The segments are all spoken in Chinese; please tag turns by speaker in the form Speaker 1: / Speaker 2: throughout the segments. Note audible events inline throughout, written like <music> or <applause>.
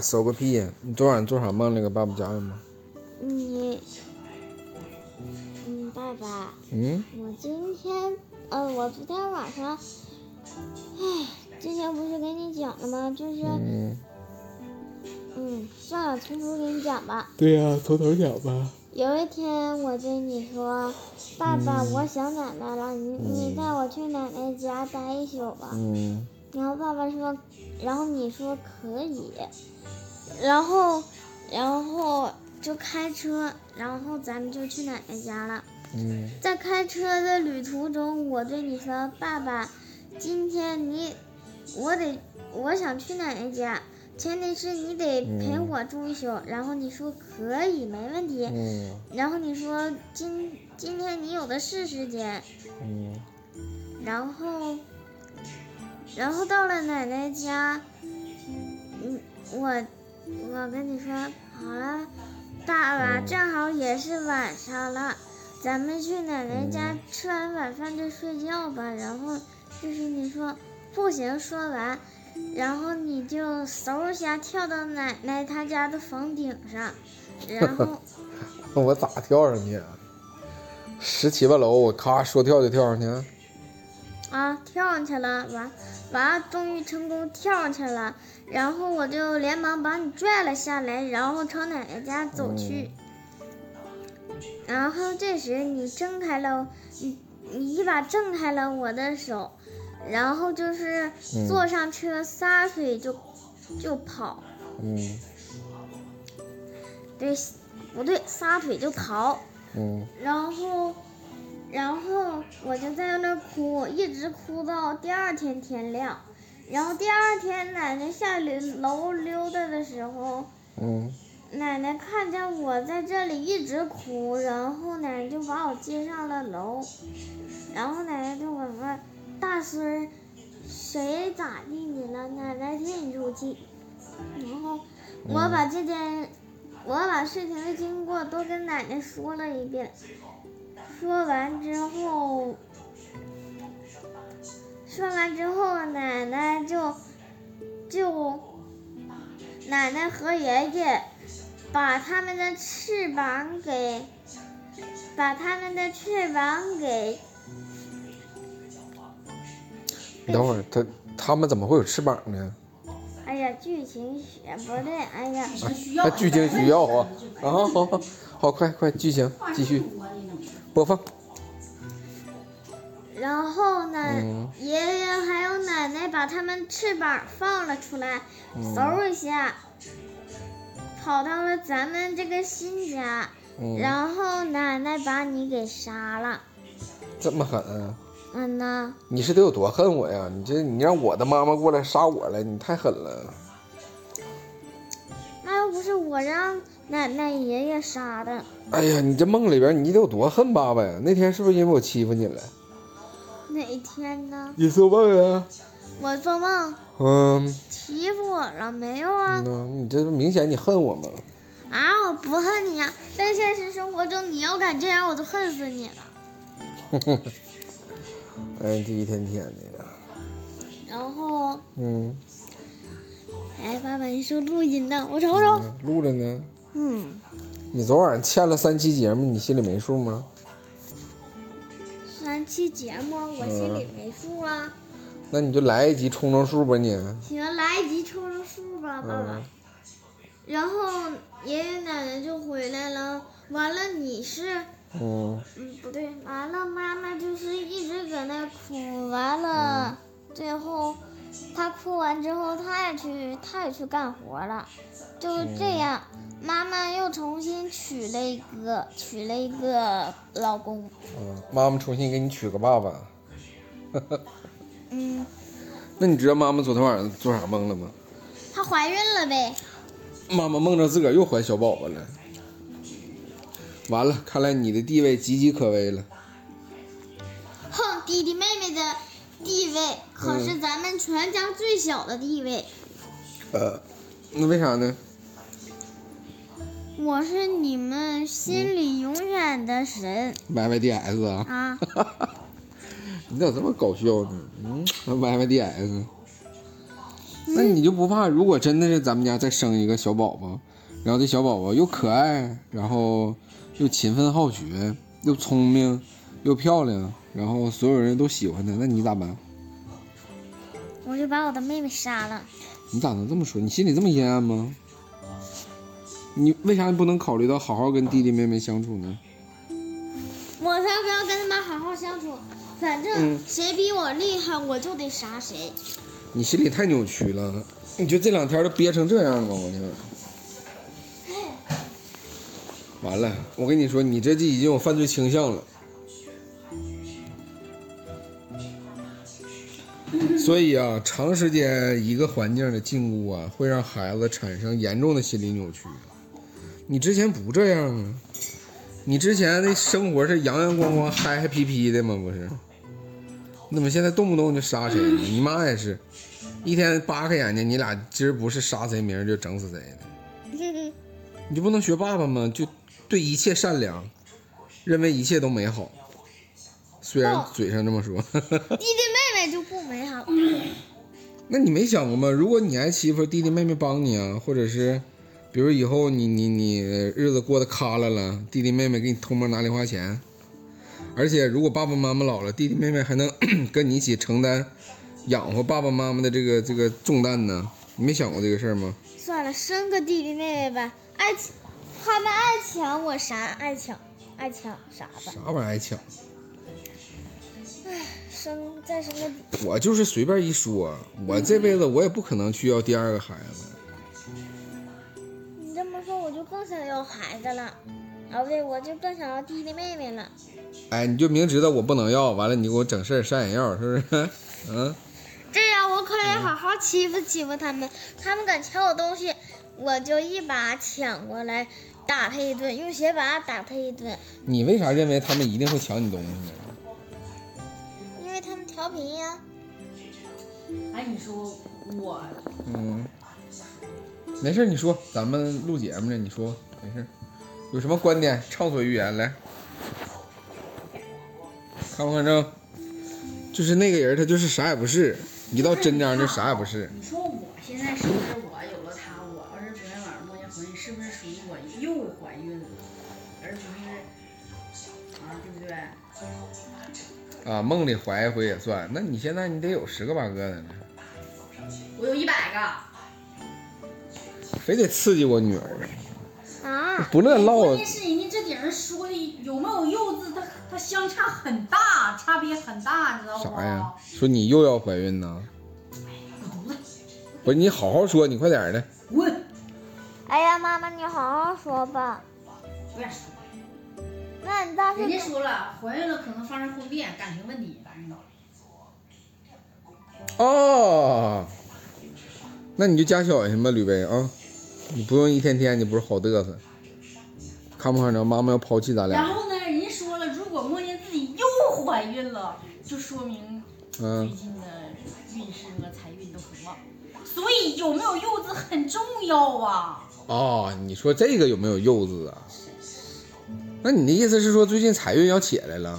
Speaker 1: 搜个屁呀！你昨晚做啥梦？那个爸爸讲讲吗？
Speaker 2: 你，嗯，爸爸，
Speaker 1: 嗯，
Speaker 2: 我今天，呃，我昨天晚上，唉，之前不是跟你讲了吗？就是，
Speaker 1: 嗯，
Speaker 2: 嗯，算了，从头给你讲吧。
Speaker 1: 对呀、从头讲吧。
Speaker 2: 有一天我对你说，爸爸，我想奶奶了，你你带我去奶奶家待一宿吧。
Speaker 1: 嗯，
Speaker 2: 然后爸爸说，然后你说可以，然后，然后就开车，然后咱们就去奶奶家了。
Speaker 1: 嗯，
Speaker 2: 在开车的旅途中，我对你说：“爸爸，今天你，我得，我想去奶奶家，前提是你得陪
Speaker 1: 嗯
Speaker 2: 我住一宿。然后你说可以，没问题。
Speaker 1: 嗯，
Speaker 2: 然后你说今今天你有的是时间。
Speaker 1: 嗯，
Speaker 2: 然后，然后到了奶奶家，嗯，我我跟你说好了，爸爸，
Speaker 1: 嗯
Speaker 2: 正好也是晚上了，咱们去奶奶家吃完晚饭就睡觉吧。然后就是你说不行，说完，然后你就嗖一下跳到奶奶她家的房顶上，然后
Speaker 1: 我咋跳上去啊？十七八楼，我咔说跳就跳上去啊。
Speaker 2: 啊，跳上去了，完完了，终于成功跳上去了。然后我就连忙把你拽了下来，然后朝奶奶家走去。然后这时你挣开了，你你一把挣开了我的手，然后就是
Speaker 1: 嗯
Speaker 2: 坐上车，撒腿就就跑，
Speaker 1: 嗯，
Speaker 2: 对，不对，撒腿就逃。
Speaker 1: 嗯，
Speaker 2: 然后，然后我就在那儿哭，一直哭到第二天天亮。然后第二天奶奶下楼溜达的时候，
Speaker 1: 嗯，
Speaker 2: 奶奶看见我在这里一直哭，然后奶奶就把我接上了楼。然后奶奶对我说：“大孙儿，谁咋地你了？”奶奶挺住气。然后我把这件，我把事情的经过都跟奶奶说了一遍。说完之后，说完之后，奶奶就就奶奶和爷爷把他们的翅膀给把他们的翅膀给
Speaker 1: 你等会儿他他们怎么会有翅膀呢？
Speaker 2: 哎呀，剧情学不对，哎呀，
Speaker 1: 那剧情需要啊啊！好好好，好快快剧情继续播放。
Speaker 2: 然后呢，
Speaker 1: 嗯
Speaker 2: 爷爷还有奶奶把他们翅膀放了出来，
Speaker 1: 嗯
Speaker 2: 嗖、一下，跑到了咱们这个新家，
Speaker 1: 嗯，
Speaker 2: 然后奶奶把你给杀了，
Speaker 1: 这么狠、啊，
Speaker 2: 嗯呐，
Speaker 1: 你是得有多恨我呀？你这你让我的妈妈过来杀我了，你太狠了。
Speaker 2: 那又不是我让奶奶爷爷杀的，
Speaker 1: 哎呀，你这梦里边你得有多恨爸爸呀？那天是不是因为我欺负你了？
Speaker 2: 哪一天呢？
Speaker 1: 你做梦了？
Speaker 2: 我做梦
Speaker 1: 嗯，
Speaker 2: 欺负我了没有啊？
Speaker 1: 那你这不明显你恨我吗？
Speaker 2: 啊，我不恨你呀、但现实生活中你要敢这样，我就恨死你了。
Speaker 1: <laughs> 哎，这一天天的，
Speaker 2: 然后，
Speaker 1: 嗯，
Speaker 2: 哎，爸爸，你说录音呢？我瞅瞅。
Speaker 1: 录着呢。
Speaker 2: 嗯，
Speaker 1: 你昨晚欠了三期节目，你心里没数吗？
Speaker 2: 三期节目我心里没数啊，
Speaker 1: 那你就来一集充充数吧你。
Speaker 2: 行，来一集抽抽数吧，爸爸。
Speaker 1: 嗯
Speaker 2: 然后爷爷奶奶就回来了，完了你是，
Speaker 1: 嗯
Speaker 2: 嗯，不对，完了妈妈就是一直搁那哭，完了、最后她哭完之后，她也去，她也去干活了，就这样，妈妈又重新娶了一个，娶了一个老公，
Speaker 1: 嗯，妈妈重新给你娶个爸爸。 <laughs>
Speaker 2: 嗯，
Speaker 1: 那你知道妈妈昨天晚上做啥梦了吗？
Speaker 2: 她怀孕了呗。
Speaker 1: 妈妈梦着自个儿又怀小宝宝了。完了，看来你的地位岌岌可危了。
Speaker 2: 哼，弟弟妹妹的地位可是咱们全家最小的地位。
Speaker 1: 呃，那为啥呢？
Speaker 2: 我是你们心里永远的神、
Speaker 1: Y Y D S 啊？ <laughs>
Speaker 2: 啊！
Speaker 1: 你咋这么搞笑呢？嗯，Y Y D S。那你就不怕，如果真的是咱们家再生一个小宝宝，然后这小宝宝又可爱，然后又勤奋好学，又聪明，又漂亮，然后所有人都喜欢他，那你咋办？
Speaker 2: 我就把我的妹妹杀了。
Speaker 1: 你咋能这么说？你心里这么阴暗吗？你为啥不能考虑到好好跟弟弟妹妹相处呢？
Speaker 2: 我才不要跟他们好好相处，反正
Speaker 1: 嗯
Speaker 2: 谁比我厉害，我就得杀谁。
Speaker 1: 你心里太扭曲了，你就这两天都憋成这样了，我天！完了，我跟你说，你这就已经有犯罪倾向了。所以啊，长时间一个环境的禁锢啊，会让孩子产生严重的心理扭曲。你之前不这样啊？你之前的生活是阳阳光光、嗨嗨皮皮的吗？不是？你怎么现在动不动就杀谁呢？你妈也是，一天八个眼睛，你俩今儿不是杀谁，明儿就整死谁的。你就不能学爸爸吗？就对一切善良，认为一切都美好。虽然
Speaker 2: 哦
Speaker 1: 嘴上这么说， <laughs>
Speaker 2: 弟弟妹妹就不美好，
Speaker 1: 那你没想过吗？如果你挨欺负，弟弟妹妹帮你啊，或者是，比如以后你你你日子过得旮旯了，弟弟妹妹给你偷摸拿零花钱，而且如果爸爸妈妈老了，弟弟妹妹还能 <coughs> 跟你一起承担养活爸爸妈妈的这个这个重担呢。你没想过这个事儿吗？
Speaker 2: 算了，生个弟弟妹妹吧。爱抢，他们爱抢我啥？爱抢，爱抢啥吧？
Speaker 1: 啥玩意儿挨抢？
Speaker 2: 生再生个弟，
Speaker 1: 我就是随便一说，我这辈子我也不可能去要第二个孩子。
Speaker 2: 你这么说我就更想要孩子了。啊，不对，我就更想要弟弟妹妹了。
Speaker 1: 哎，你就明知道我不能要，完了你给我整事儿晒眼药，是不是？ <laughs> 嗯。
Speaker 2: 这样我可以好好欺负欺负他们，他们敢抢我东西，我就一把抢过来打他一顿，用鞋拔打他一顿，
Speaker 1: 你为啥认为他们一定会抢你东西呢？
Speaker 2: 因为他们调皮呀、
Speaker 3: 哎，你说我
Speaker 1: 嗯，没事儿，你说，咱们录节目呢，你说，没事儿，有什么观点畅所欲言，来，看不看正？就是那个人，他就是啥也不是，一到真章就啥也不是。
Speaker 3: 你说我现在是不是我有了他，我要是昨天晚上梦见怀孕，是不是属于我又怀孕了，而不是啊，对不对？
Speaker 1: 啊，梦里怀一回也算，那你现在你得有十个八个的呢，
Speaker 3: 我有一百个，
Speaker 1: 非得刺激我女儿，
Speaker 2: 啊！
Speaker 1: 不乐意
Speaker 3: 哎关
Speaker 1: 唠
Speaker 3: 键是人家这顶上说的有没有幼稚，它它相差很大，差别很大，你知道不？
Speaker 1: 啥呀？说你又要怀孕呢？
Speaker 3: 滚犊子，
Speaker 1: 不是，你好好说，你快点儿的。
Speaker 3: 滚！
Speaker 2: 哎呀，妈妈，你好好说吧。
Speaker 3: 不愿说。
Speaker 2: 那你倒是
Speaker 3: 人家说了，怀孕了可能发生婚变，感情问题，咋样？
Speaker 1: 哦，那你就加小心吧，吕贝啊，你不用一天天你不是好嘚瑟，看不看着妈妈要抛弃咱
Speaker 3: 然
Speaker 1: 俩？
Speaker 3: 后呢，人家说了，如果梦见自己又怀孕了，就说明最
Speaker 1: 嗯，
Speaker 3: 近的运势和财运都很旺，所以有没有幼稚很重要啊。
Speaker 1: 哦，你说这个有没有幼稚啊？那你的意思是说最近财运要起来了？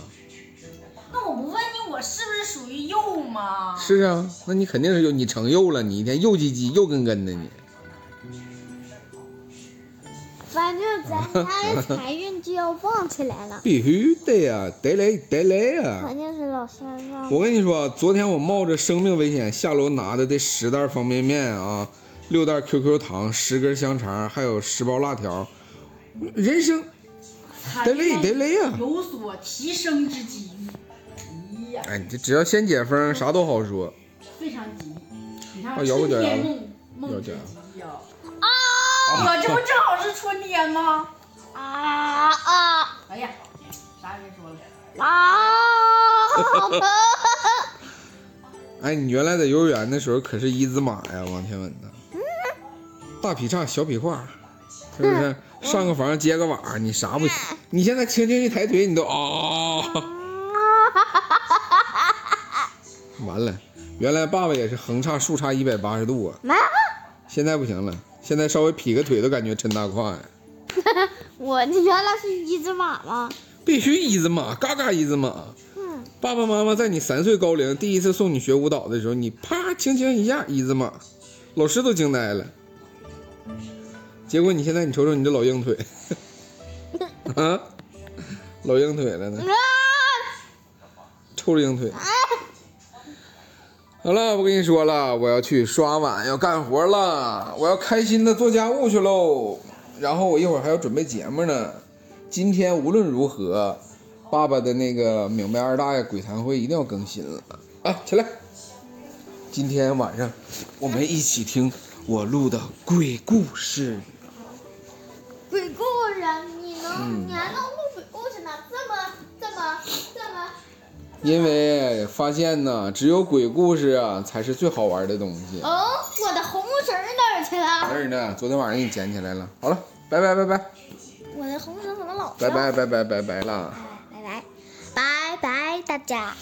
Speaker 3: 那我不问你，我是不是属于幼吗？
Speaker 1: 是啊，那你肯定是有，你成幼了，你一天幼唧唧又跟跟的你。。
Speaker 2: 反正咱家的财运就要旺起来了
Speaker 1: 必须的呀，得嘞得嘞啊！
Speaker 2: 肯定是老三啊旺。
Speaker 1: 我跟你说，啊昨天我冒着生命危险下楼拿的这十袋方便面啊，六袋 QQ 糖，十根香肠，还有十包辣条，人生
Speaker 3: 财
Speaker 1: 得嘞
Speaker 3: 运
Speaker 1: 得啊嘞呀！
Speaker 3: 有所提升之机。哎呀，
Speaker 1: 哎，你这只要先解封，啥都好说。
Speaker 3: 非常急。你看，
Speaker 1: 哦摇过
Speaker 3: 春
Speaker 1: 脚丫
Speaker 3: 天
Speaker 1: 子
Speaker 3: 梦梦之
Speaker 1: 摇
Speaker 3: 极呀！啊，这不正好是春天吗？
Speaker 2: 啊啊
Speaker 3: 哎呀，啥也别说了。
Speaker 2: 啊！好疼！
Speaker 1: 哎，你原来在幼儿园的时候可是一字马呀，王天文呐，大劈叉，小劈胯，是不是？上个房接个瓦，你啥不行？你现在轻轻一抬腿，你都啊！ <laughs> 完了，原来爸爸也是横叉竖叉一百八十度啊，
Speaker 2: 妈妈，
Speaker 1: 现在不行了，现在稍微劈个腿都感觉抻大胯呀、
Speaker 2: 我这原来是一只马吗？
Speaker 1: 必须一字马，嘎嘎一字马。
Speaker 2: 嗯，
Speaker 1: 爸爸妈妈在你三岁高龄第一次送你学舞蹈的时候，你啪轻轻一下一字马，老师都惊呆了。结果你现在你瞅瞅你这老鹰腿， <laughs> 啊，老鹰腿了
Speaker 2: 啊
Speaker 1: 呢，臭着鹰腿。好了，不跟你说了，我要去刷碗，要干活了，我要开心的做家务去喽。然后我一会儿还要准备节目呢。今天无论如何，爸爸的那个明白二大爷鬼谈会一定要更新了啊！起来，今天晚上我们一起听我录的鬼故事。
Speaker 2: 鬼故事，你能你还能录鬼故事呢？这么这么这么，
Speaker 1: 因为发现呢，只有鬼故事啊才是最好玩的东西。
Speaker 2: 哦，我的红绳儿哪儿去了？
Speaker 1: 那儿呢，昨天晚上给你捡起来了。好了，拜拜拜拜
Speaker 2: 我的红绳怎么老
Speaker 1: 拜
Speaker 2: 掉？
Speaker 1: 拜拜拜拜拜了。
Speaker 2: 拜拜，拜拜，大家。